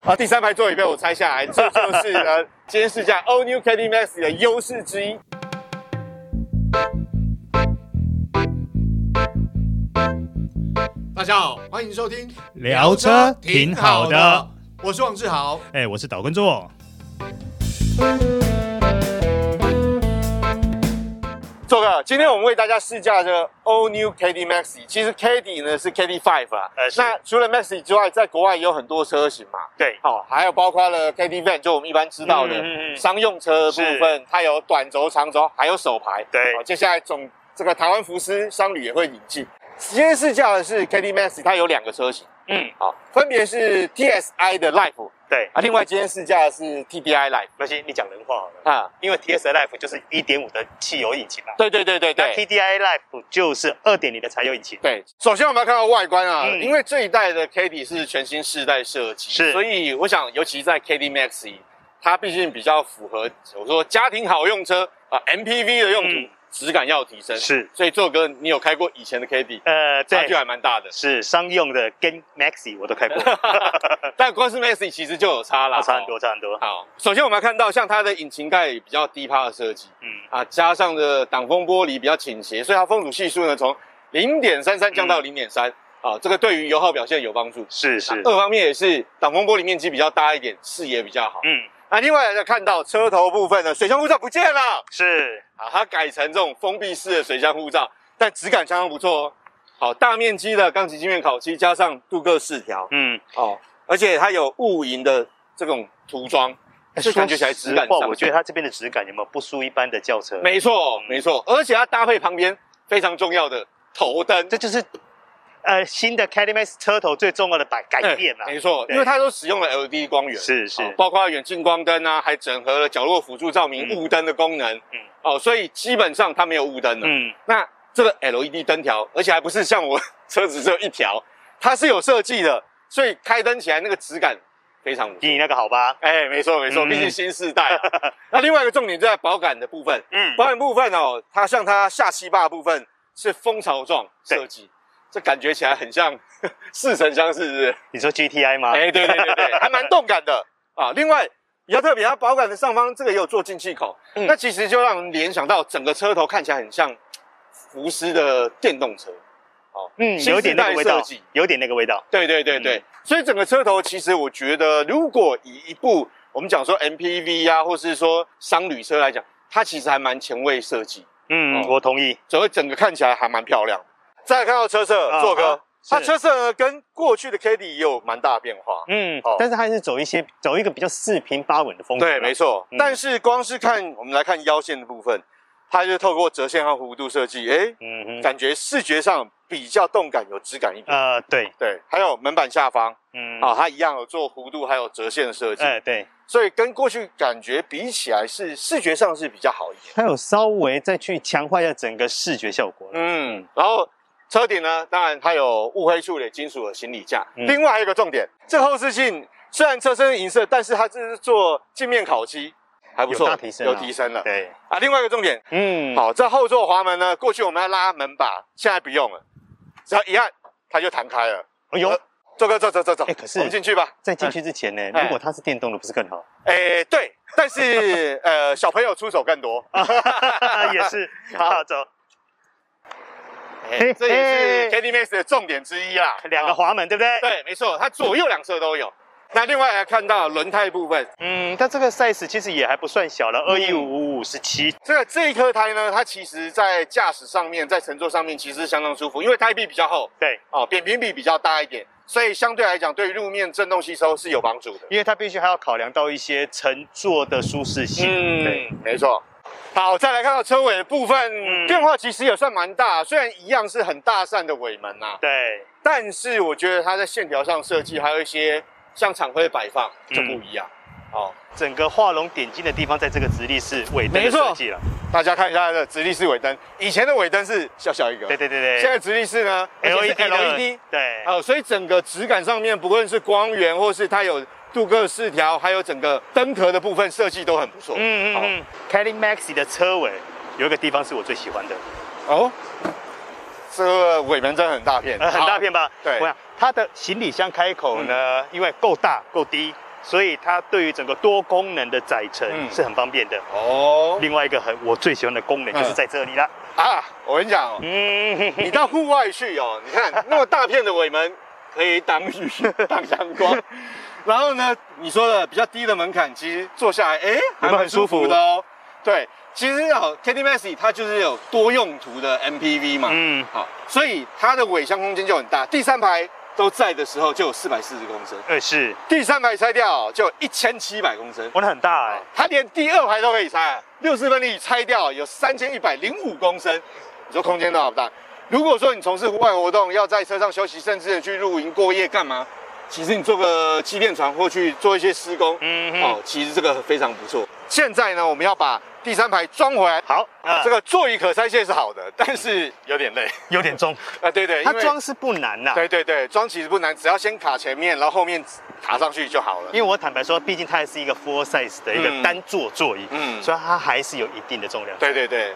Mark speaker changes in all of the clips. Speaker 1: 啊，第三排座椅被我拆下来，这就是呃，今天试驾 All New Caddy Max 的优势之一。
Speaker 2: 大家好，欢迎收听
Speaker 3: 聊车挺好的，
Speaker 2: 我是王志豪。
Speaker 3: 哎、我是岛根座。
Speaker 1: 做哥，今天我们为大家试驾这个 All New Caddy Maxi。其实 Caddy 呢是 Caddy Five 啊，
Speaker 3: 呃是
Speaker 1: 那除了 Maxi 之外，在国外也有很多车型嘛。
Speaker 3: 对，
Speaker 1: 好、还有包括了 Caddy Van，就我们一般知道的
Speaker 3: 嗯嗯嗯
Speaker 1: 商用车的部分，它有短轴、长轴，还有手排。
Speaker 3: 对
Speaker 1: 好接下来总这个台湾福斯商旅也会引进。今天试驾的是 Caddy Maxi，它有两个车型，
Speaker 3: 嗯，
Speaker 1: 好、分别是 TSI 的 Life
Speaker 3: 对，
Speaker 1: 啊，另外今天试驾的是 TDI Life
Speaker 3: 那先你讲人话好了，
Speaker 1: 啊，
Speaker 3: 因为 TS Life 就是1.5的汽油引擎嘛，
Speaker 1: 对对对对
Speaker 3: 那
Speaker 1: 对。
Speaker 3: TDI Life 就是2.0的柴油引擎。
Speaker 1: 对，首先我们要看到外观啊，
Speaker 3: 嗯
Speaker 1: 因为这一代的 k d 是全新世代设计，
Speaker 3: 是
Speaker 1: 所以我想，尤其在 k d Max，它毕竟比较符合我说家庭好用车啊，MPV 的用途
Speaker 3: 嗯，
Speaker 1: 质、感要提升。
Speaker 3: 是，
Speaker 1: 所以做哥，你有开过以前的 k d
Speaker 3: 呃，
Speaker 1: 差距
Speaker 3: 对，
Speaker 1: 还蛮大的，
Speaker 3: 是商用的跟 Maxi 我 都开过，
Speaker 1: 但光是 Max 其实就有差啦，
Speaker 3: 嗯差很多，差很多。
Speaker 1: 好，首先我们来看到，像它的引擎盖比较低趴的设计，
Speaker 3: 嗯
Speaker 1: 嗯啊，加上的挡风玻璃比较倾斜，所以它风阻系数呢从零点三三降到零点三，啊，这个对于油耗表现有帮助。
Speaker 3: 是嗯是，
Speaker 1: 二方面也是挡风玻璃面积比较大一点，视野比较好。
Speaker 3: 嗯，
Speaker 1: 那、另外呢，看到车头部分呢，水箱护罩不见了，
Speaker 3: 是，
Speaker 1: 啊，它改成这种封闭式的水箱护罩，但质感相当不错哦。好，大面积的钢琴镜面烤漆，加上镀铬饰条，
Speaker 3: 嗯，
Speaker 1: 哦，而且它有雾银的这种涂装，是感觉起来质感
Speaker 3: 哎说
Speaker 1: 上
Speaker 3: 实话，我觉得它这边的质感有没有不输一般的轿车？，
Speaker 1: 没错
Speaker 3: 嗯
Speaker 1: 没错，而且它搭配旁边非常重要的头灯，
Speaker 3: 这就是呃新的 c a d i m a x 车头最重要的改改变啦。
Speaker 1: 哎没错，
Speaker 3: 对
Speaker 1: 因为它都使用了 LED 光源，
Speaker 3: 是是
Speaker 1: 哦包括远近光灯啊，还整合了角落辅助照明、
Speaker 3: 嗯
Speaker 1: 雾灯的功能，
Speaker 3: 嗯
Speaker 1: 哦，所以基本上它没有雾灯了。
Speaker 3: 嗯，
Speaker 1: 那这个 LED 灯条，而且还不是像我 车子只有一条，它是有设计的，所以开灯起来那个质感非常不错
Speaker 3: 比。你那个好吧？
Speaker 1: 哎，没错没错，
Speaker 3: 嗯
Speaker 1: 毕竟新世代、啊。那另外一个重点就在保杆的部分，
Speaker 3: 嗯，
Speaker 1: 保险部分哦，它像它下气坝部分是蜂巢状设计，这感觉起来很像似曾相识，是不是？
Speaker 3: 你说 GTI 吗？
Speaker 1: 哎、对对对对， 还蛮动感的啊。另外比较特别，它保杆的上方这个也有做进气口，
Speaker 3: 嗯
Speaker 1: 那其实就让人联想到整个车头看起来很像福斯的电动车。
Speaker 3: 嗯，
Speaker 1: 新
Speaker 3: 有点那个味
Speaker 1: 时代
Speaker 3: 道
Speaker 1: 设计，
Speaker 3: 有点那个味道。
Speaker 1: 对对对对，
Speaker 3: 嗯
Speaker 1: 所以整个车头其实我觉得，如果以一部我们讲说 MPV 啊，或是说商旅车来讲，它其实还蛮前卫设计。
Speaker 3: 嗯，
Speaker 1: 哦
Speaker 3: 我同意。
Speaker 1: 所以整个看起来还蛮漂亮的。再来看到车色，
Speaker 3: 啊
Speaker 1: 做哥
Speaker 3: 啊，是
Speaker 1: 它车色呢跟过去的 k d 也有蛮大的变化。
Speaker 3: 嗯
Speaker 1: 哦，
Speaker 3: 但是它还是走一些走一个比较四平八稳的风格啦。
Speaker 1: 对，没错。
Speaker 3: 嗯
Speaker 1: 但是光是看我们来看腰线的部分，它就透过折线和弧度设计，诶，
Speaker 3: 嗯哼，
Speaker 1: 感觉视觉上比较动感，有质感一点。
Speaker 3: 呃，对，
Speaker 1: 对，还有门板下方
Speaker 3: 嗯，
Speaker 1: 啊，它一样有做弧度还有折线的设计，
Speaker 3: 哎，对，
Speaker 1: 所以跟过去感觉比起来是视觉上是比较好一点。
Speaker 3: 它有稍微再去强化一下整个视觉效果。
Speaker 1: 嗯，然后车顶呢，当然它有雾灰处理金属的行李架。
Speaker 3: 嗯
Speaker 1: 另外还有一个重点，这个后视镜虽然车身是银色，但是它这是做镜面烤漆，还不错，
Speaker 3: 有大提升啊
Speaker 1: 有提升了。
Speaker 3: 对，
Speaker 1: 啊，另外一个重点，
Speaker 3: 嗯，，
Speaker 1: 好，这后座滑门呢，过去我们要拉门把，现在不用了，只要一按它就弹开了。
Speaker 3: 哎呦
Speaker 1: 呃，周哥，走走走走，
Speaker 3: 哎可是
Speaker 1: 我们进去吧。
Speaker 3: 在进去之前呢，
Speaker 1: 哎
Speaker 3: 如果它是电动的，不是 更好？
Speaker 1: 哎，对，但是呃，小朋友出手更多。
Speaker 3: 也是，
Speaker 1: 好
Speaker 3: 好，走，
Speaker 1: 哎这也是
Speaker 3: 嘿
Speaker 1: k d Max 的重点之一啦，
Speaker 3: 两个滑门，对不对？。
Speaker 1: 对，没错，它左右两侧都有。那另外还看到轮胎部分，
Speaker 3: 嗯，但这个 size 其实也还不算小了，二
Speaker 1: 嗯
Speaker 3: 一五五十七。
Speaker 1: 这个这一颗胎呢，它其实在驾驶上面，在乘坐上面其实相当舒服，因为胎壁比较厚
Speaker 3: 对，
Speaker 1: 哦，扁平比比较大一点，所以相对来讲对路面震动吸收是有帮助的。
Speaker 3: 因为它必须还要考量到一些乘坐的舒适性。
Speaker 1: 嗯
Speaker 3: 对，，
Speaker 1: 没错。好，再来看到车尾的部分、
Speaker 3: 嗯
Speaker 1: 变化，其实也算蛮大，虽然一样是很大扇的尾门啊，
Speaker 3: 对，
Speaker 1: 但是我觉得它在线条上设计，还有一些像厂徽的摆放就不一样。
Speaker 3: 嗯
Speaker 1: 哦，
Speaker 3: 整个画龙点睛的地方，在这个直立式尾灯
Speaker 1: 没
Speaker 3: 的
Speaker 1: 错
Speaker 3: 设计了。
Speaker 1: 大家看一下它的直立式尾灯，以前的尾灯是小小一个，
Speaker 3: 对对对
Speaker 1: 现
Speaker 3: 对
Speaker 1: 在直立式呢而且是 LED，
Speaker 3: 对，
Speaker 1: 哦，所以整个质感上面，不论是光源或是它有镀铬饰条，还有整个灯壳的部分设计都很不错。
Speaker 3: 嗯嗯
Speaker 1: 好
Speaker 3: 嗯 c a d i Maxi 的车尾有一个地方是我最喜欢的，
Speaker 1: 哦，这个尾门真的很大片，
Speaker 3: 呃，很大
Speaker 1: 嗯好。
Speaker 3: 片吧？
Speaker 1: 对嗯
Speaker 3: 我想它的行李箱开口呢，因为够大够低，
Speaker 4: 所以它对于整个多功能的载沉
Speaker 1: 嗯
Speaker 4: 是很方便的。
Speaker 1: 哦
Speaker 4: 另外一个很我最喜欢的功
Speaker 1: 嗯
Speaker 4: 能就是在这里啦。
Speaker 1: 啊，我跟你讲、哦，
Speaker 4: 嗯，嘿嘿
Speaker 1: 你到户外去哦，你看那么大片的尾门可以挡雨、 挡阳光，然后呢，你说的比较低的门槛，其实坐下来，哎，还
Speaker 4: 有没有
Speaker 1: 蛮
Speaker 4: 很舒
Speaker 1: 舒
Speaker 4: 服
Speaker 1: 服的哦。对，其实哦 k t m a s s y 它就是有多用途的 MPV 嘛，
Speaker 4: 嗯，
Speaker 1: 好，所以它的尾箱空间就很大。第三排都在的时候就有四百四十公升，
Speaker 4: 呃是，
Speaker 1: 第三排拆掉哦就有一千七百公升。
Speaker 4: 玩的很大哎、
Speaker 1: 它连第二排都可以拆啊，六十分力拆掉有三千一百零五公升，你说空间大不大？如果说你从事户外活动，要在车上休息，甚至去露营过夜干嘛？其实你做个气垫床或去做一些施工，
Speaker 4: 嗯哼
Speaker 1: 哦，其实这个非常不错。现在呢，我们要把第三排装回来。
Speaker 4: 好，呃，
Speaker 1: 这
Speaker 4: 这个
Speaker 1: 个座椅可拆卸是好的，但是嗯有点累
Speaker 4: 有点重，
Speaker 1: 啊。对对，
Speaker 4: 它
Speaker 1: 因为
Speaker 4: 装是不难呐、
Speaker 1: 对对对装其实不难，只要先卡前面，然后后面卡上去就好了。
Speaker 4: 因为我坦白说，毕竟它还是一个 full size 的一个
Speaker 1: 嗯
Speaker 4: 单座座椅，
Speaker 1: 嗯
Speaker 4: 所以它还是有一定的重量。
Speaker 1: 对对对。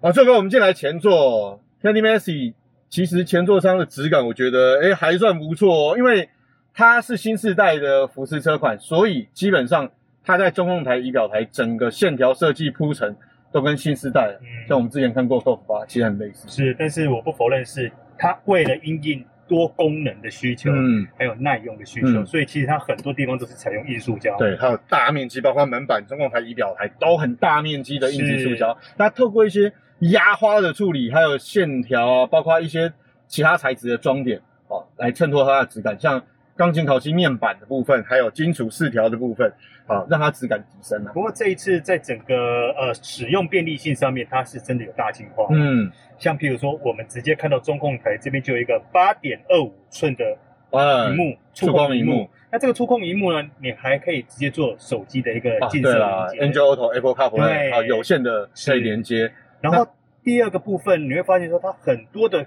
Speaker 1: 啊，这个我们进来前座 c a n d y Messi，其实前座舱的质感我觉得哎还算不错哦，因为它是新世代的福斯车款，所以基本上它在中控台、仪表台整个线条设计铺陈都跟新世代了，
Speaker 3: 嗯
Speaker 1: 像我们之前看过 Golf 八，其实很类似。
Speaker 3: 是，但是我不否认是它为了因应多功能的需求，
Speaker 1: 嗯，
Speaker 3: 还有耐用的需求，
Speaker 1: 嗯
Speaker 3: 所以其实它很多地方都是采用硬塑胶。
Speaker 1: 对，还有大面积，包括门板、中控台、仪表台都很大面积的硬质塑胶。那透过一些压花的处理，还有线条啊，包括一些其他材质的装点哦，来衬托它的质感。像钢琴烤漆面板的部分，还有金属饰条的部分，好、让它质感提升啊了、
Speaker 3: 不过这一次在整个呃使用便利性上面，它是真的有大进化。，
Speaker 1: 嗯，
Speaker 3: 像譬如说，我们直接看到中控台这边就有一个八点二五寸的
Speaker 1: 呃
Speaker 3: 屏幕，
Speaker 1: 触控屏
Speaker 3: 屏
Speaker 1: 幕。
Speaker 3: 那这个触控屏幕呢，你还可以直接做手机的一个
Speaker 1: 啊，
Speaker 3: 近
Speaker 1: 对
Speaker 3: 色
Speaker 1: 了
Speaker 3: 连接。
Speaker 1: ，Angel Auto、Apple CarPlay
Speaker 3: 对
Speaker 1: 啊，有线的可以连接，
Speaker 3: 然后第二个部分，你会发现说它很多的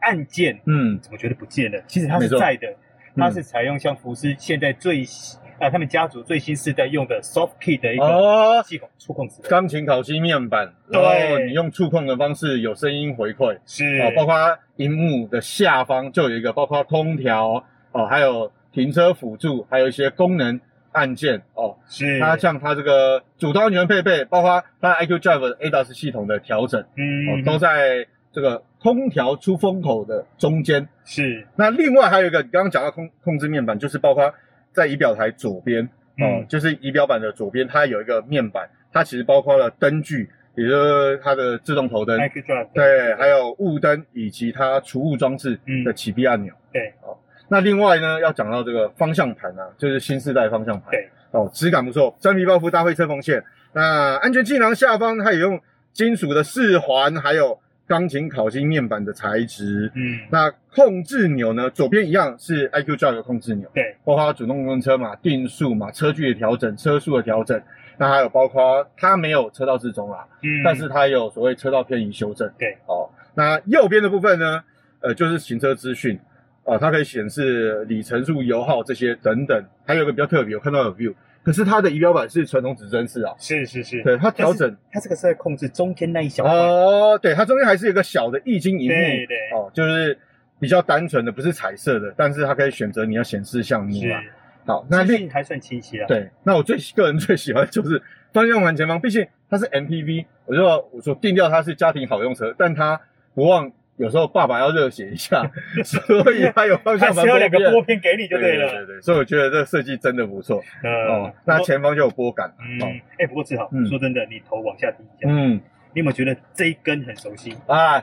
Speaker 3: 按键
Speaker 1: 嗯，
Speaker 3: 怎么觉得不见了？其实它
Speaker 1: 没
Speaker 3: 是
Speaker 1: 错嗯
Speaker 3: 在的，它是采用像福斯现在最新啊、他们家族最新世代用的 Soft Key 的一个
Speaker 1: 哦，
Speaker 3: 系统触控指纹，
Speaker 1: 钢琴烤漆面板，然后
Speaker 3: 对
Speaker 1: 你用触控的方式有声音回馈，
Speaker 3: 是
Speaker 1: 哦，包括它荧幕的下方就有一个，包括空调哦，还有停车辅助，还有一些功能按键哦。
Speaker 3: 是
Speaker 1: 它像它这个主动安全配备，包括它的 IQ Drive 的 ADAS 系统的调整，哦
Speaker 3: 嗯，
Speaker 1: 都在这个空调出风口的中间。
Speaker 3: 是
Speaker 1: 那另外还有一个，你刚刚讲到控控制面板，就是包括在仪表台左边哦，
Speaker 3: 嗯
Speaker 1: 就是仪表板的左边，它有一个面板，它其实包括了灯具，也就是它的自动头灯。
Speaker 3: i q Drive
Speaker 1: 对，还有雾灯以及它除雾装置的启闭按钮。
Speaker 3: 嗯对，
Speaker 1: 哦，那另外呢，要讲到这个方向盘啊，就是新世代方向盘。
Speaker 3: 对，
Speaker 1: 哦，质感不错，真皮包覆搭配车缝线。那安全气囊下方它也用金属的饰环，还有钢琴烤漆面板的材质。
Speaker 3: 嗯
Speaker 1: 那控制钮呢，左边一样是 IQ Drive 的控制钮。
Speaker 3: 对，
Speaker 1: 包括它主动跟车嘛、定速嘛、车距的调整、车速的调整。那还有包括它没有车道之中啦、
Speaker 3: 嗯，
Speaker 1: 但是它有所谓车道偏移修正。
Speaker 3: 对，
Speaker 1: 哦，那右边的部分呢，呃，就是行车资讯，啊，它可以显示里程数、油耗这些等等。还有一个比较特别，我看到有 view，可是它的仪表板是传统指针式啊，
Speaker 3: 是是是，
Speaker 1: 对，它调整。
Speaker 3: 它这个是在控制中间那一小块，
Speaker 1: 哦，对，它中间还是有一个小的液晶荧幕，
Speaker 3: 对对
Speaker 1: 哦，就是比较单纯的，不是彩色的，但是它可以选择你要显示项目
Speaker 3: 是
Speaker 1: 啊。好，那
Speaker 3: 那
Speaker 1: 另
Speaker 3: 另还算清晰了，，
Speaker 1: 对，那我最个人最喜欢就是方向盘前方，毕竟它是 MPV，我就我说定调它是家庭好用车，但它不忘有时候爸爸要热血一 下，所以它有方
Speaker 3: 它
Speaker 1: 向盘
Speaker 3: 只有两个拨
Speaker 1: 拨片
Speaker 3: 片给你就对
Speaker 1: 对
Speaker 3: 了，
Speaker 1: 对，所以我觉得这个设计真的不错
Speaker 3: 呃
Speaker 1: 哦。那
Speaker 3: 不过
Speaker 1: 前方就有拨杆
Speaker 3: 嗯
Speaker 1: 哦，，
Speaker 3: 哎，不过志豪
Speaker 1: 嗯，
Speaker 3: 说真的，你头往下低一下，
Speaker 1: 嗯
Speaker 3: 你有没有觉得这一根很熟悉？
Speaker 1: 啊，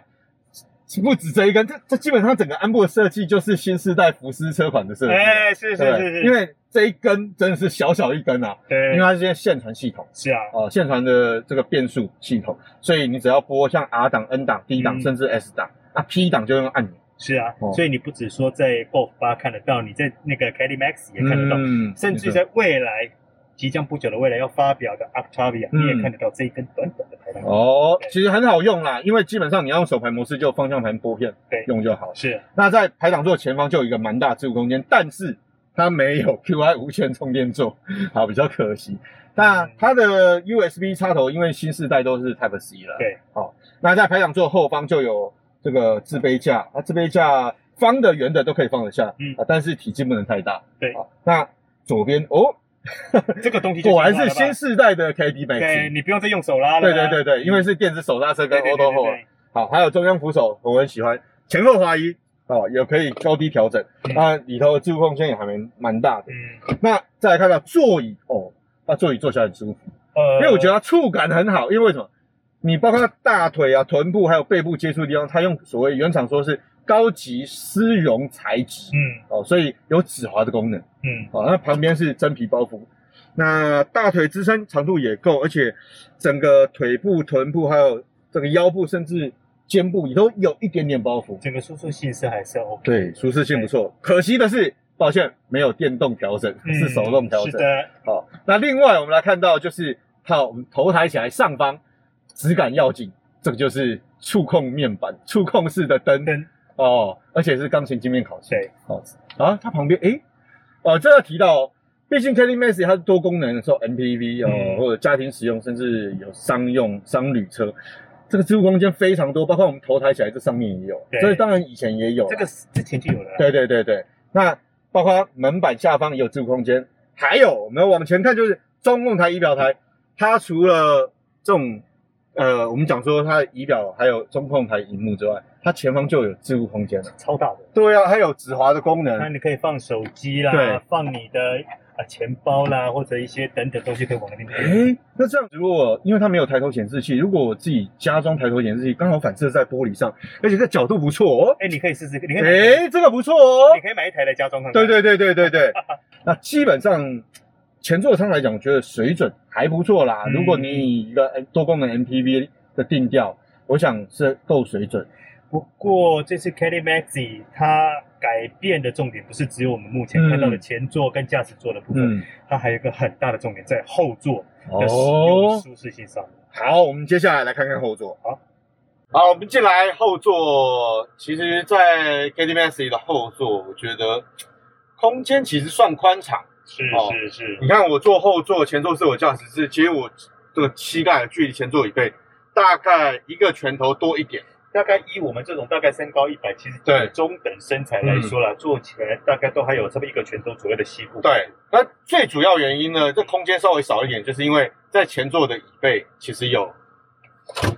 Speaker 1: 不止这一根，这这基本上整个安布的设计就是新世代福斯车款的设计，
Speaker 3: 哎，是是
Speaker 1: 对
Speaker 3: 是是，
Speaker 1: 因为这一根真的是小小一根啊，因
Speaker 3: 对
Speaker 1: 为，它是线传系统。
Speaker 3: 是啊，
Speaker 1: 哦，线传的这个变速系统，所以你只要拨像 R 档、N 档、D 档，
Speaker 3: 嗯
Speaker 1: 甚至 S 档，那 P 档就用按钮，
Speaker 3: 是啊，
Speaker 1: 哦
Speaker 3: 所以你不只说在 Golf 八看得到，你在那个 Caddy Max 也看得到，
Speaker 1: 嗯
Speaker 3: 甚至在未来即将不久的未来要发表的 Octavia，、
Speaker 1: 嗯
Speaker 3: 你也看得到这一根短短的排档。
Speaker 1: 哦，
Speaker 3: 对
Speaker 1: 其实很好用啦，因为基本上你要用手排模式，就方向盘拨片
Speaker 3: 对
Speaker 1: 用就好了。
Speaker 3: 是
Speaker 1: 那在排挡座前方就有一个蛮大的置物空间，但是它没有 QI 无线充电座， 好比较可惜。那它的 USB 插头因为新世代都是 Type C 了，
Speaker 3: 对，
Speaker 1: 啊好、那在排挡座后方就有这个置杯架，那置杯架方的、圆的都可以放得下，
Speaker 3: 嗯
Speaker 1: 啊，但是体积不能太大。
Speaker 3: 对
Speaker 1: 啊那左边哦，
Speaker 3: 这个东西就
Speaker 1: 果然
Speaker 3: 进化
Speaker 1: 是
Speaker 3: 了
Speaker 1: 新
Speaker 3: 吧
Speaker 1: 世代的 KD
Speaker 3: 对
Speaker 1: Max。
Speaker 3: 你不用再用手拉了
Speaker 1: 对
Speaker 3: 啦，
Speaker 1: 对对对，因为是电子手刹车跟
Speaker 3: 对，对
Speaker 1: Auto
Speaker 3: 对
Speaker 1: Hold 啊
Speaker 3: 对。
Speaker 1: 好，还有中央扶手，我很喜欢，前后滑移哦，也可以高低调整。那里头的置物空间也还蛮蛮大的。
Speaker 3: 嗯，
Speaker 1: 那再来看到座椅哦，那座椅坐下来很舒服，
Speaker 3: 呃，
Speaker 1: 因为我觉得它触感很好。因为为什么？你包括大腿啊、臀部还有背部接触的地方，它用所谓原厂说是高级丝绒材质
Speaker 3: 嗯
Speaker 1: 哦，所以有止滑的功能。
Speaker 3: 嗯
Speaker 1: 好，那旁边是真皮包覆，那大腿支撑长度也够，而且整个腿部、臀部还有这个腰部甚至肩部也都有一点点包覆，
Speaker 3: 整个输出性是还是 OK。
Speaker 1: 对，舒适性不错。可惜的是，抱歉，没有电动调整，
Speaker 3: 嗯
Speaker 1: 是手动调
Speaker 3: 是
Speaker 1: 整。
Speaker 3: 的，
Speaker 1: 好，那另外我们来看到就是好，我们头抬起来上方质感要紧，这个就是触控面板、触控式的灯
Speaker 3: 灯
Speaker 1: 哦，而且是钢琴晶面烤漆。
Speaker 3: 对，
Speaker 1: 好啊，它旁边诶，哦，这要提到哦，毕竟 Kelly m a x 它是多功能的时候，MPV 哦、
Speaker 3: 嗯
Speaker 1: 或者家庭使用，甚至有商用商旅车，这个置物空间非常多，包括我们头抬起来这上面也有，
Speaker 3: 对
Speaker 1: 所以当然以前也有啦，
Speaker 3: 这个是之前就有了啦。
Speaker 1: 对对对对，那包括门板下方也有置物空间，还有我们往前看就是中控台仪表台，它除了这种呃我们讲说它的仪表还有中控台荧幕之外，它前方就有置物空间了。
Speaker 3: 超大的。
Speaker 1: 对啊，还有止滑的功
Speaker 3: 那
Speaker 1: 能。
Speaker 3: 你可以放手机
Speaker 1: 对
Speaker 3: 啦，放你的啊钱包啦，或者一些等等东西可以往那边推。
Speaker 1: 诶，那这样如果因为它没有抬头显示器，如果我自己加装抬头显示器，刚好反射在玻璃上，而且这角度不错哦。
Speaker 3: 哎，你可以试试，你可以买，
Speaker 1: 诶，这个不错哦
Speaker 3: 你。可以买一台来加装看看。
Speaker 1: 对对对对对 对。那基本上前座舱来讲，我觉得水准还不错啦。
Speaker 3: 嗯
Speaker 1: 如果你以一个哎多功能 MPV 的定调，我想是够水准。
Speaker 3: 不过这次 Kelly Maxi 它改变的重点不是只有我们目前看到的
Speaker 1: 嗯
Speaker 3: 前座跟驾驶座的部分，，它还有一个很大的重点在后座的使用
Speaker 1: 哦，
Speaker 3: 舒适性上。
Speaker 1: 好，我们接下来来看看后座。
Speaker 3: 好，
Speaker 1: 好，我们进来后座，其实，在 k d m a x 的后座，我觉得空间其实算宽敞。
Speaker 3: 是
Speaker 1: 哦
Speaker 3: 是是，
Speaker 1: 你看我坐后座，前座是我驾驶室，其实我这个膝盖的距离前座椅背大概一个拳头多一点。
Speaker 3: 大概以我们这种大概身高一百，其实
Speaker 1: 对嗯
Speaker 3: 中等身材来说啦，坐起来大概都还有差不多一个拳头左右的膝部。
Speaker 1: 对，那最主要原因呢，这空间稍微少一点，就是因为在前座的椅背其实有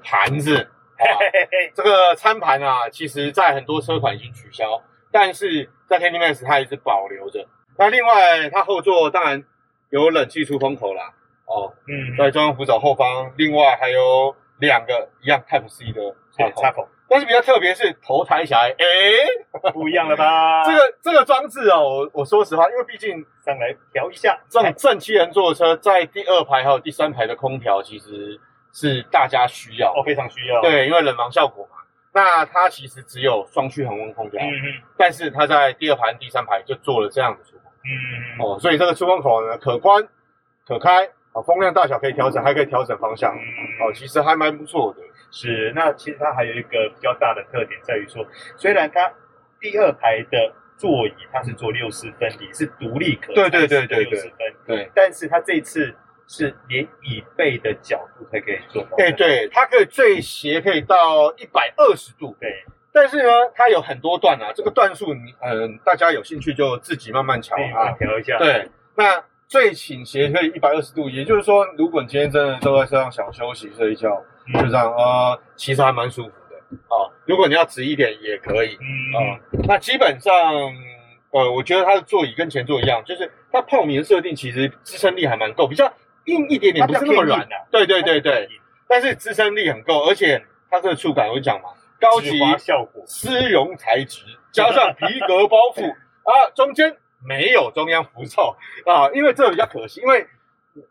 Speaker 1: 盘子，啊、
Speaker 3: 嘿嘿嘿，
Speaker 1: 这个餐盘啊，其实在很多车款已经取消，但是在 Candy Max 它一直保留着。那另外，它后座当然有冷气出风口啦，哦，
Speaker 3: 嗯，
Speaker 1: 在中央扶手后方，另外还有两个一样 Type C 的插
Speaker 3: 对
Speaker 1: 口
Speaker 3: 插，口
Speaker 1: 但是比较特别是头抬起来，诶，
Speaker 3: 不一样了吧？
Speaker 1: 这个这个装置哦，我我说实话，因为毕竟
Speaker 3: 上来调一下，
Speaker 1: 这种正七人座的车，在第二排还有第三排的空调其实是大家需要，
Speaker 3: 哦，非常需要。，
Speaker 1: 对，因为冷房效果嘛。那它其实只有双区恒温空调，
Speaker 3: 嗯嗯
Speaker 1: 但是它在第二排、第三排就做了这样的出风
Speaker 3: 嗯嗯，
Speaker 1: 口哦，所以这个出风口呢可关可开，哦，风量大小可以调整，还可以调整方向，
Speaker 3: 嗯
Speaker 1: 哦，其实还蛮不错的。
Speaker 3: 是，那其实它还有一个比较大的特点在于说，虽然它第二排的座椅它是做六十分离，是独立可
Speaker 1: 对对对对对
Speaker 3: 六十分，
Speaker 1: 对，
Speaker 3: 但是它这次是连椅背的角度才可以做到。
Speaker 1: 哎、对，它可以最斜可以到一百二十度，
Speaker 3: 对，
Speaker 1: 但是呢，它有很多段啊，这个段数你嗯、大家有兴趣就自己慢慢瞧
Speaker 3: 可以把
Speaker 1: 啊
Speaker 3: 它。调一下。，
Speaker 1: 对，那最倾斜可以一百二十度，也就是说，如果你今天真的都在车上想休息睡一觉，就
Speaker 3: 嗯
Speaker 1: 这样啊、呃其实还蛮舒服的啊、如果你要直一点也可以啊、
Speaker 3: 嗯，
Speaker 1: 那基本上，呃，我觉得它的座椅跟前座一样，就是它泡棉设定其实支撑力还蛮够，比较硬一点点，
Speaker 3: 它
Speaker 1: 不
Speaker 3: 比
Speaker 1: 是
Speaker 3: 较
Speaker 1: 那么
Speaker 3: 偏硬啊
Speaker 1: 软的、对对对对，，但是支撑力很够，而且它这个触感我就讲嘛，高级
Speaker 3: 止滑效果。
Speaker 1: 丝绒材质，加上皮革包 覆啊，中间没有中央扶手啊，因为这个比较可惜，因为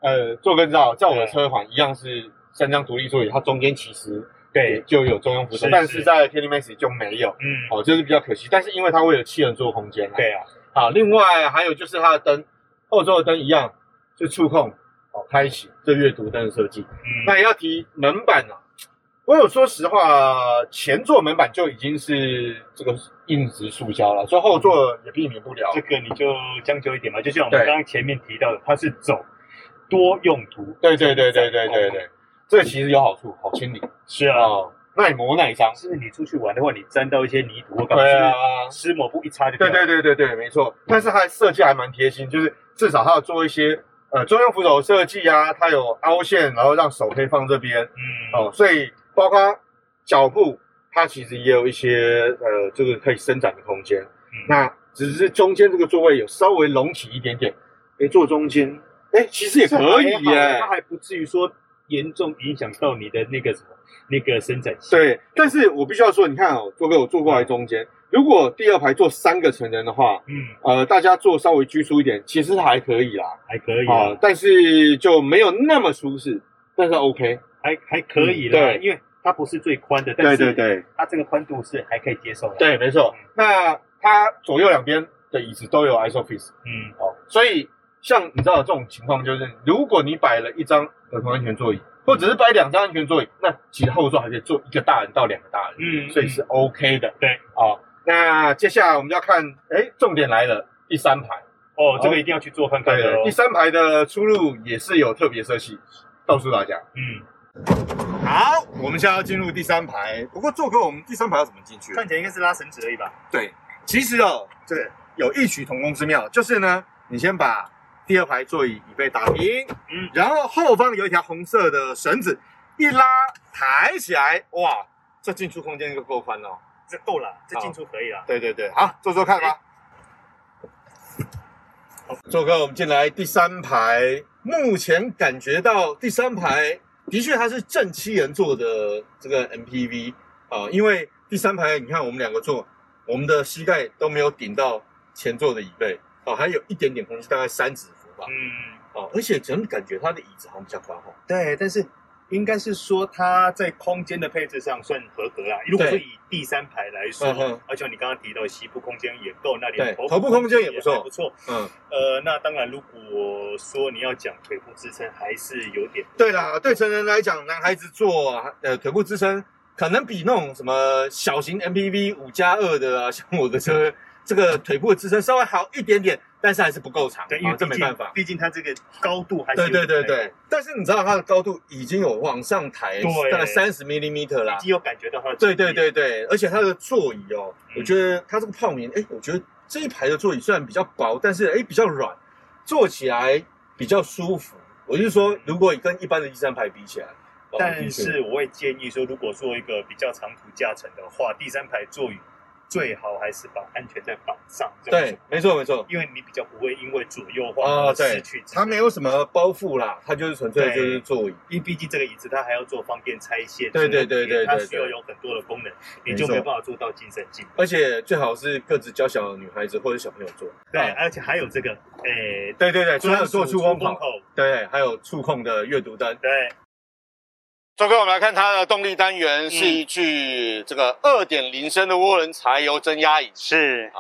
Speaker 1: 呃，坐跟照在我的车款一样是三张独立座椅，它中间其实也
Speaker 3: 对，
Speaker 1: 就有中央扶手，
Speaker 3: 是
Speaker 1: 但
Speaker 3: 是
Speaker 1: 是在 Candy Max 就没有。
Speaker 3: 嗯，
Speaker 1: 哦，这是比较可惜，但是因为它为了七人座空间啦，
Speaker 3: 对啊，
Speaker 1: 啊，另外还有就是它的灯，后座的灯一样是触控哦，开启这阅读灯的设计，
Speaker 3: 嗯，
Speaker 1: 那也要提门板啊，我有说实话，前座门板就已经是这个硬质塑胶了，所以后座也避免不了。
Speaker 3: 这个你就将就一点嘛，就像我们
Speaker 1: 对
Speaker 3: 刚刚前面提到的，它是走多用途。
Speaker 1: 对对对对对对对，这其实有好处，好清理
Speaker 3: 是啊，
Speaker 1: 哦。耐磨耐伤。
Speaker 5: 是你出去玩的话，你沾到一些泥土或干嘛，
Speaker 1: 对啊，
Speaker 5: 是不是湿抹布一擦就掉
Speaker 1: 对啊
Speaker 5: 了
Speaker 1: 对对对对，没错。但是它的设计还蛮贴心，就是至少它要做一些呃专用扶手设计啊，它有凹陷，然后让手可以放这边
Speaker 5: 嗯
Speaker 1: 哦，所以包括脚部，它其实也有一些呃这个可以伸展的空间。
Speaker 5: 嗯
Speaker 1: 那只是中间这个座位有稍微隆起一点点，诶，坐中间，诶，其实也可以
Speaker 5: 这还啊好
Speaker 1: 耶
Speaker 5: 它。还不至于说严重影响到你的那个什么那个伸展性。
Speaker 1: 对，但是我必须要说，你看哦，周哥，我坐过来中间，如果第二排坐三个成人的话，
Speaker 5: 嗯，
Speaker 1: 呃，大家坐稍微拘束一点，其实还可以啦，
Speaker 5: 还可以
Speaker 1: 啊、
Speaker 5: 啊，
Speaker 1: 但是就没有那么舒适，但是 OK。
Speaker 5: 还还可以
Speaker 1: 嗯
Speaker 5: 啦，
Speaker 1: 对
Speaker 5: 因为它不是最宽的，但是嗯
Speaker 1: 对
Speaker 5: 它这个宽度是还可以接受的。，
Speaker 1: 对，没错。那它左右两边的椅子都有 ISOFIX
Speaker 5: 嗯，
Speaker 1: 哦，所以像你知道这种情况，就是如果你摆了一张儿童安全座椅，或者是摆两张安全座椅，那其实后座还可以坐一个大人到两个大人。
Speaker 5: 嗯，
Speaker 1: 所以是 OK 的。
Speaker 5: 对
Speaker 1: 哦，那接下来我们要看，哎，重点来了，第三排。
Speaker 5: 哦，这个一定要去做看看的哦
Speaker 1: 第。三排的出入也是有特别设计，告诉大家。
Speaker 5: 嗯，
Speaker 1: 好，我们现在要进入第三排。不过做客，我们第三排要怎么进去？
Speaker 3: 看起来应该是拉绳子而已吧？
Speaker 1: 对，其实哦，这个有异曲同工之妙，就是呢，你先把第二排座椅椅背打平，嗯
Speaker 5: 嗯，
Speaker 1: 然后后方有一条红色的绳子，一拉抬起来，哇，这进出空间就够宽了哦。
Speaker 3: 这够了，这进出可以了。
Speaker 1: 对对对，好，坐坐看吧。做客，我们进来第三排，目前感觉到第三排的确它是正七人座的这个 MPV 啊、因为第三排你看我们两个坐，我们的膝盖都没有顶到前座的椅背哦、还有一点点空间，大概三指幅吧
Speaker 5: 嗯，
Speaker 1: 哦、而且整体感觉它的椅子好像比较宽厚，
Speaker 3: 对，但是应该是说它在空间的配置上算合格啦。如果说以第三排来说
Speaker 1: 嗯哼，
Speaker 3: 而且你刚刚提到西部空间也够，那
Speaker 1: 对
Speaker 3: 连
Speaker 1: 头部空间也不错
Speaker 3: 还不错。
Speaker 1: 嗯，
Speaker 3: 呃，那当然，如果说你要讲腿部支撑，还是有点
Speaker 1: 对啦，对成人来讲，男孩子坐呃腿部支撑，可能比那种什么小型 MPV 五加二的啊，像我的车， 这个腿部的支撑稍微好一点点，但是还是不够长，
Speaker 3: 对，因为
Speaker 1: 啊这
Speaker 3: 毕
Speaker 1: 没
Speaker 3: 竟
Speaker 1: 办法。
Speaker 3: 毕竟它这个高度还是
Speaker 1: 对对
Speaker 3: 有点
Speaker 1: 对对，但是你知道它的高度已经有往上抬，
Speaker 3: 对
Speaker 1: 大概三十 millimeter 啦
Speaker 3: 已。经有感觉到它的
Speaker 1: 对对
Speaker 3: 重力
Speaker 1: 对对，而且它的座椅哦，
Speaker 3: 嗯
Speaker 1: 我觉得它这个泡棉，哎，我觉得这一排的座椅虽然比较薄，但是哎比较软，坐起来比较舒服。我就是说，如果跟一般的第三排比起来，哦
Speaker 3: 但
Speaker 1: 的确
Speaker 3: 是我会建议说，如果做一个比较长途驾乘的话，第三排座椅最好还是把安全带绑上。这样子
Speaker 1: 对，，没错没错，
Speaker 3: 因为你比较不会因为左右
Speaker 1: 哦
Speaker 3: 晃而
Speaker 1: 对
Speaker 3: 失去支撑。
Speaker 1: 它没有什么包袱啦，它就是纯粹就是座椅。
Speaker 3: 因为毕竟这个椅子它还要做方便拆卸，
Speaker 1: 对对
Speaker 3: 整个
Speaker 1: 对对对
Speaker 3: 它
Speaker 1: 对
Speaker 3: 需要有很多的功能，你
Speaker 1: 没
Speaker 3: 就
Speaker 1: 错
Speaker 3: 没办法做到精神进步。
Speaker 1: 而且最好是个子娇小的女孩子或者小朋友坐。
Speaker 3: 对，哎
Speaker 1: 啊
Speaker 3: 而且还有这个，诶，
Speaker 1: 对对对，最好有做
Speaker 3: 专属
Speaker 1: 出
Speaker 3: 风
Speaker 1: 风口，对，还有触控的阅读灯。
Speaker 3: 对，
Speaker 2: 周哥，我们来看它的动力单元是
Speaker 3: 嗯
Speaker 2: 一具这个二点零升的涡轮柴油增压引擎，
Speaker 3: 是，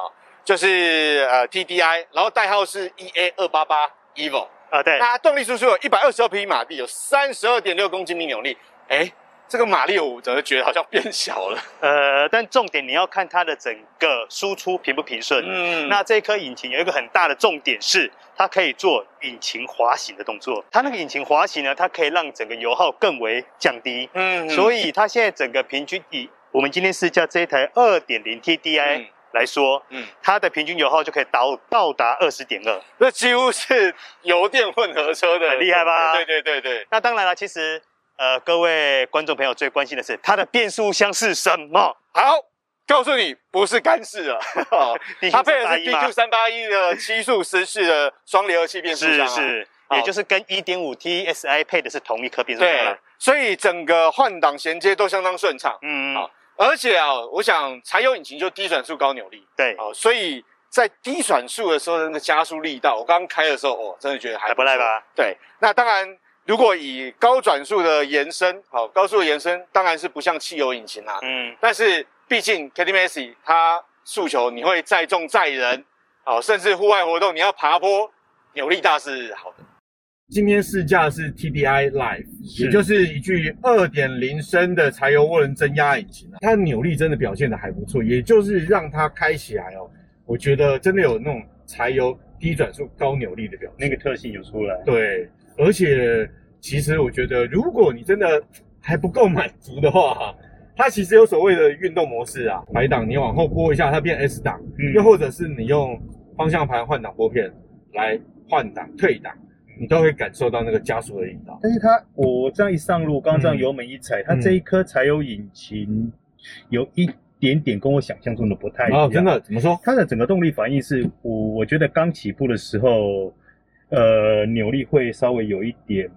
Speaker 2: 就是呃 TDI，然后代号是 EA 二八八 EVO。
Speaker 3: 啊，对
Speaker 2: 那它动力输出有一百二十二匹马力，有三十二点六公斤米扭力。哎，这个马力我怎么觉得好像变小了？
Speaker 3: 呃，但重点你要看它的整个输出平不平顺。
Speaker 2: 嗯，
Speaker 3: 那这颗引擎有一个很大的重点是，它可以做引擎滑行的动作。它那个引擎滑行呢，它可以让整个油耗更为降低。
Speaker 2: 嗯
Speaker 3: 所
Speaker 2: 以
Speaker 3: 以它现在整个平均以我们今天试驾这一台二点零 TDI
Speaker 2: 嗯
Speaker 3: 来说，
Speaker 2: 嗯
Speaker 3: 它的平均油耗就可以到到达二十点二。
Speaker 2: 这几乎是油电混合车的，
Speaker 3: 很厉害吧
Speaker 2: 对对对对，
Speaker 3: 那当然了，其实呃，各位观众朋友最关心的是它的变速箱是什么？
Speaker 2: 好。告诉你，不是干式 了，哦
Speaker 3: 你
Speaker 2: 它配的是
Speaker 3: 381吗
Speaker 2: BQ 三八一的七速湿式的双离合器变速箱、
Speaker 3: 是
Speaker 2: 啊，
Speaker 3: 是，
Speaker 2: 好
Speaker 3: 也就是跟一点五 T SI 配的是同一颗变速箱
Speaker 2: 对
Speaker 3: 了。，
Speaker 2: 所以整个换挡衔接都相当顺畅，
Speaker 3: 嗯，
Speaker 2: 好而且啊，我想柴油引擎就低转速高扭力，
Speaker 3: 对，
Speaker 2: 哦，所以在低转速的时候的那个加速力道，我刚刚开的时候，哦，真的觉得还
Speaker 3: 还
Speaker 2: 错
Speaker 3: 不赖？吧？
Speaker 2: 对，那当然，如果以高转速的延伸，好、高速的延伸当然是不像汽油引擎啊啦、
Speaker 3: 嗯，
Speaker 2: 但是毕竟 k a t i Messi 他诉求你会载重载人，好、甚至户外活动你要爬坡，扭力大是好的。
Speaker 1: 今天试驾是 TDI Live，
Speaker 3: 是
Speaker 1: 也就是一具二点零升的柴油涡轮增压引擎啊，它的扭力真的表现的还不错，也就是让它开起来哦，我觉得真的有那种柴油低转速高扭力的表现。
Speaker 5: 那个特性有出来。
Speaker 1: 对，而且其实我觉得，如果你真的还不够满足的话，它其实有所谓的运动模式啊，排档你往后拨一下，它变 S 档，又
Speaker 6: 嗯，
Speaker 1: 或者是你用方向盘换挡拨片来换挡退档，你都会感受到那个加速的力道。
Speaker 3: 但是它我这样一上路，刚刚这样
Speaker 1: 嗯
Speaker 3: 油门一踩，它
Speaker 1: 嗯
Speaker 3: 这一颗柴油引擎有一点点跟我想象中的不太一样。
Speaker 1: 哦，真的怎么说？
Speaker 3: 它的整个动力反应是我我觉得刚起步的时候，呃，扭力会稍微有一点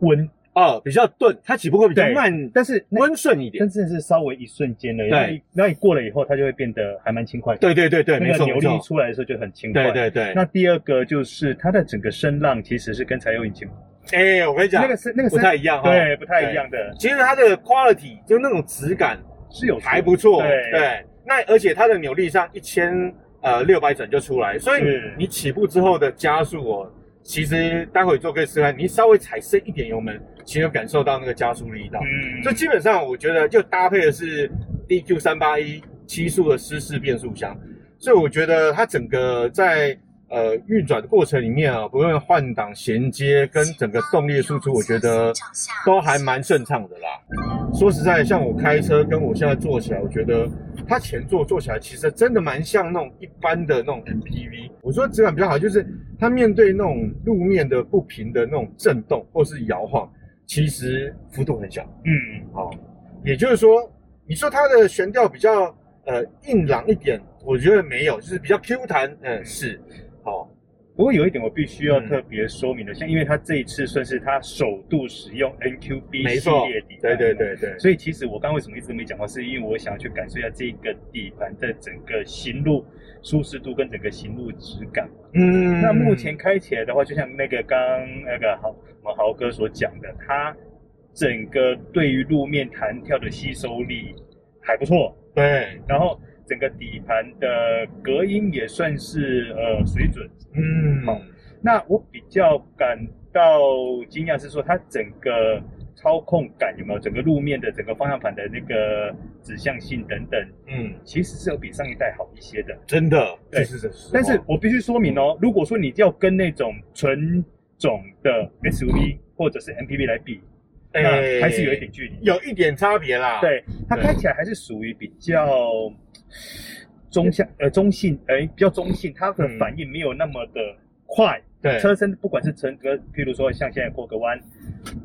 Speaker 3: 温，
Speaker 1: 哦，比较钝，它起步会比较
Speaker 3: 对
Speaker 1: 慢，
Speaker 3: 但是那
Speaker 1: 温顺一点
Speaker 3: 但。是是稍微一瞬间的，
Speaker 1: 对
Speaker 3: 那你那你过了以后，它就会变得还蛮轻快的。
Speaker 1: 对对对对，没
Speaker 3: 那个
Speaker 1: 错
Speaker 3: 扭
Speaker 1: 没
Speaker 3: 力
Speaker 1: 错。
Speaker 3: 出来的时候就很轻快。
Speaker 1: 对对对，
Speaker 3: 那第二个就是它的整个声浪其实是跟柴油引擎
Speaker 1: 哎，我跟你讲
Speaker 3: 那，个是那个
Speaker 1: 不
Speaker 3: 声
Speaker 1: 太一样哈。哦
Speaker 3: 对不太一样的，
Speaker 1: 其实它的 quality 就那种质感
Speaker 3: 是有
Speaker 1: 还不错，
Speaker 3: 对
Speaker 1: 那而且它的扭力上一千呃六百转就出来，所以
Speaker 3: 是
Speaker 1: 你起步之后的加速哦，其实待会做个示范，你稍微踩深一点油门，其实有感受到那个加速力道。
Speaker 6: 嗯
Speaker 1: 所以基本上我觉得就搭配的是 DQ 三八一七速的湿式变速箱，所以我觉得它整个在呃运转的过程里面啊，不论换挡衔接跟整个动力的输出，我觉得都还蛮顺畅的啦。说实在，像我开车跟我现在坐起来，我觉得它前座坐起来其实真的蛮像那种一般的那种 MPV。我说质感比较好，就是它面对那种路面的不平的那种震动或是摇晃，其实幅度很小。
Speaker 6: 嗯，
Speaker 1: 哦，也就是说，你说它的悬吊比较呃硬朗一点，我觉得没有，就是比较 Q 弹，嗯、是，哦，
Speaker 3: 不过有一点我必须要
Speaker 1: 嗯
Speaker 3: 特别说明的，像因为它这一次算是它首度使用 NQB
Speaker 1: 没
Speaker 3: 系
Speaker 1: 错
Speaker 3: 列底盘
Speaker 1: 对
Speaker 3: 嘛，
Speaker 1: 对对对，
Speaker 3: 所以其实我刚刚为什么一直没讲话，是因为我想要去感受一下这个底盘的整个行路舒适度跟整个行路质感。
Speaker 1: 嗯
Speaker 3: 那目前开起来的话，就像那个刚那个豪我们豪哥所讲的，它整个对于路面弹跳的吸收力还不错，
Speaker 1: 对，
Speaker 3: 然后整个底盘的隔音也算是呃水准。
Speaker 1: 嗯，
Speaker 3: 好那我比较感到惊讶是说，它整个操控感有没有？整个路面的整个方向盘的那个指向性等等，
Speaker 1: 嗯，
Speaker 3: 其实是有比上一代好一些的。
Speaker 1: 真的，
Speaker 3: 对
Speaker 1: 就是这时候
Speaker 3: 但是我必须说明哦，如果说你要跟那种纯种的 SUV 或者是 MPV 来比，那还是有一点距离。
Speaker 1: 哎有一点差别啦，，
Speaker 3: 对，它开起来还是属于比较中下呃中性，哎、比较中性，它的
Speaker 1: 嗯
Speaker 3: 反应没有那么的快。
Speaker 1: 对
Speaker 3: 车身不管是整个，譬如说像现在过个弯，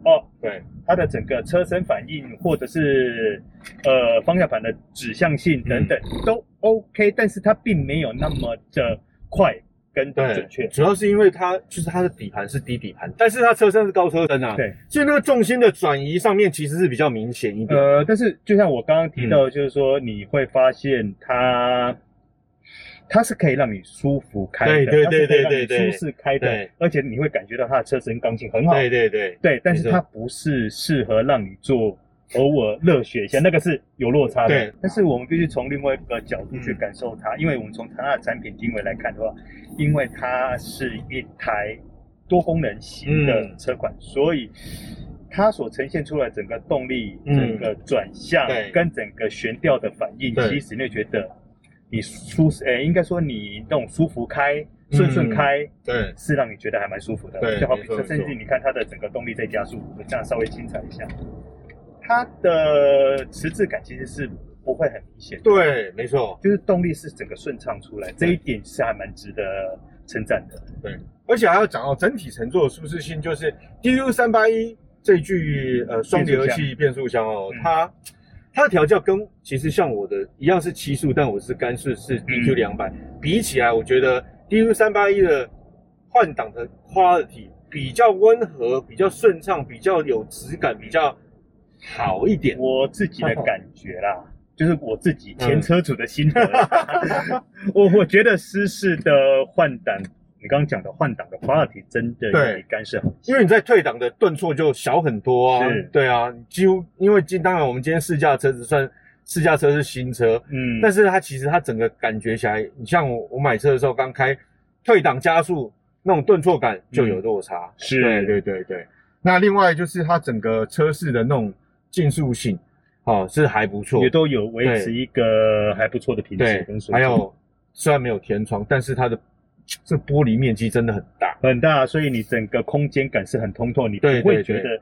Speaker 3: 哦，
Speaker 1: 对，
Speaker 3: 它的整个车身反应或者是呃方向盘的指向
Speaker 1: 嗯
Speaker 3: 性等等、都 OK，但是它并没有那么的快跟
Speaker 1: 对
Speaker 3: 准确。
Speaker 1: 主要是因为它就是它的底盘是低底盘，但是它车身是高车身啊，
Speaker 3: 对，
Speaker 1: 所以那个重心的转移上面其实是比较明显一点，嗯
Speaker 3: 呃，但是就像我刚刚提到，就是说你会发现它，它是可以让你舒服开
Speaker 1: 对对
Speaker 3: 的，它是可以
Speaker 1: 对
Speaker 3: 让
Speaker 1: 对
Speaker 3: 你
Speaker 1: 对对
Speaker 3: 舒适开的
Speaker 1: 对，
Speaker 3: 而且你会感觉到它的车身刚性很好，
Speaker 1: 对对对，
Speaker 3: 对但是
Speaker 1: 没错
Speaker 3: 它不是适合让你做偶尔热血一下，那个是有落差的。
Speaker 1: 对，
Speaker 3: 但是我们必须从另外一个角度去感受它，因为我们从它的产品定位来看的话，因为它是一台多功能型的
Speaker 1: 嗯
Speaker 3: 车款，所以它所呈现出来整个动力、
Speaker 1: 嗯
Speaker 3: 整个转向
Speaker 1: 对
Speaker 3: 跟整个悬吊的反应，
Speaker 1: 对
Speaker 3: 其实你会觉得你舒适，诶、应该说你那种舒服开、顺
Speaker 1: 嗯
Speaker 3: 顺开。
Speaker 1: 对，
Speaker 3: 是让你觉得还蛮舒服的，
Speaker 1: 对
Speaker 3: 就好比
Speaker 1: 没错
Speaker 3: 说，
Speaker 1: 没错
Speaker 3: 甚至你看它的整个动力在加速，我这样稍微轻踩一下，它的迟滞感其实是不会很明显的，
Speaker 1: 对，没错，
Speaker 3: 就是动力是整个顺畅出来，这一点是还蛮值得称赞的。
Speaker 1: 而且还要讲到整体乘坐的舒适性，就是 DU 三八一这具呃双离合器变速箱哦，
Speaker 3: 嗯
Speaker 1: 它它的调教跟其实像我的一样是七速，但我是干式是
Speaker 3: 嗯
Speaker 1: DQ 两百、比起来，我觉得 DU 三八一的换挡的 quality 比较温和，比较顺畅，比较有质感，比较好一点。
Speaker 3: 我自己的感觉 啦，就是我自己前车主的心得，
Speaker 1: 嗯
Speaker 3: 我我觉得湿式的换挡，你刚刚讲的换挡的 quality 真的
Speaker 1: 对
Speaker 3: 有比干涉好一些
Speaker 1: 因为你在退档的顿挫就小很多啊
Speaker 3: 是，
Speaker 1: 对啊，你几乎因为今当然我们今天试驾车子算试驾车是新车，
Speaker 3: 嗯，
Speaker 1: 但是它其实它整个感觉起来，你像我我买车的时候刚开，退档加速那种顿挫感就有落差。
Speaker 3: 是
Speaker 1: 对对对对。那另外就是它整个车室的那种竞速性，哦是还不错
Speaker 3: 也。都有维持
Speaker 1: 对
Speaker 3: 一个还不错的品质
Speaker 1: 对
Speaker 3: 跟，水准。
Speaker 1: 还有虽然没有天窗，但是它的这玻璃面积真的很大。
Speaker 3: 很大，所以你整个空间感是很通透，你不
Speaker 1: 对对
Speaker 3: 会觉
Speaker 1: 对
Speaker 3: 得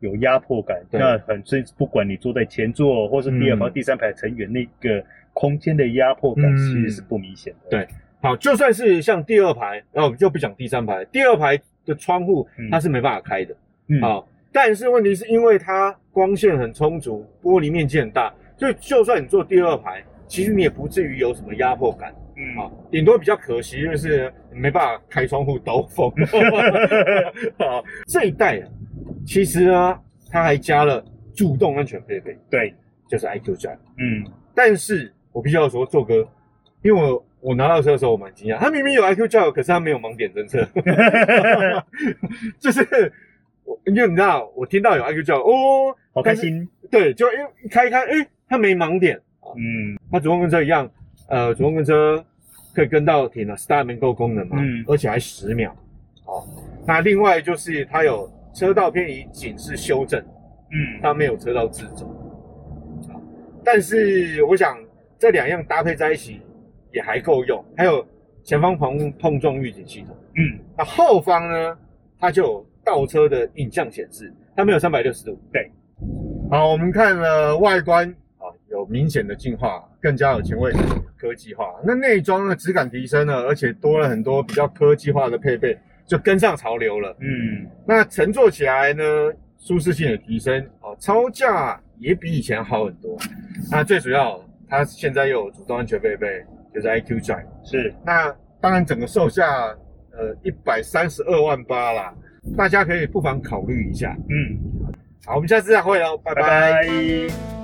Speaker 3: 有压迫感，
Speaker 1: 对
Speaker 3: 那很所以不管你坐在前座或是第二排、
Speaker 1: 嗯
Speaker 3: 第三排成员那个空间的压迫感
Speaker 1: 嗯
Speaker 3: 其实是不明显的。
Speaker 1: 对好，就算是像第二排，那我们就不讲第三排，第二排的窗户
Speaker 3: 嗯
Speaker 1: 它是没办法开的，
Speaker 3: 嗯
Speaker 1: 好、但是问题是因为它光线很充足，玻璃面积很大，所以就算你坐第二排，其实你也不至于有什么压迫感。
Speaker 3: 嗯
Speaker 1: 啊，顶多比较可惜就是没办法开窗户兜 风。啊，这一代啊，其实呢，它还加了主动安全配备，
Speaker 3: 对，
Speaker 1: 就是 IQ 站。
Speaker 3: 嗯
Speaker 1: 但是我必须要说，做哥，因为我我拿到车的时候我蛮惊讶，它明明有 IQ 教育，可是它没有盲点侦测， 就是我因为你知道，我听到有 IQ 教育，哦，
Speaker 3: 好开心，
Speaker 1: 对，就因为一开一开，哎，它没盲点，
Speaker 3: 嗯
Speaker 1: 它主动跟车一样，呃，主动跟车可以跟到停了，Start 能够功能嘛，
Speaker 3: 嗯
Speaker 1: 而且还十秒，哦，那另外就是它有车道偏移警示修正，
Speaker 3: 嗯，
Speaker 1: 它没有车道自走。啊但是我想这两样搭配在一起也还够用，还有前方碰碰撞预警系统。
Speaker 3: 嗯，
Speaker 1: 那后方呢，它就有倒车的影像显示，它没有三百六十度。
Speaker 3: 对，
Speaker 1: 好，我们看了外观啊，有明显的进化，更加有前卫科技化。那内装呢，质感提升了，而且多了很多比较科技化的配备，就跟上潮流了。
Speaker 3: 嗯
Speaker 1: 那乘坐起来呢，舒适性也提升哦，超价也比以前好很多。那最主要，它现在又有主动安全配备，就是 IQ Drive。
Speaker 3: 是，
Speaker 1: 那当然，整个售价呃一百三十二万八啦，大家可以不妨考虑一下。
Speaker 3: 嗯，
Speaker 1: 好，我们下次再会喽，拜
Speaker 3: 拜
Speaker 1: 拜
Speaker 3: 拜。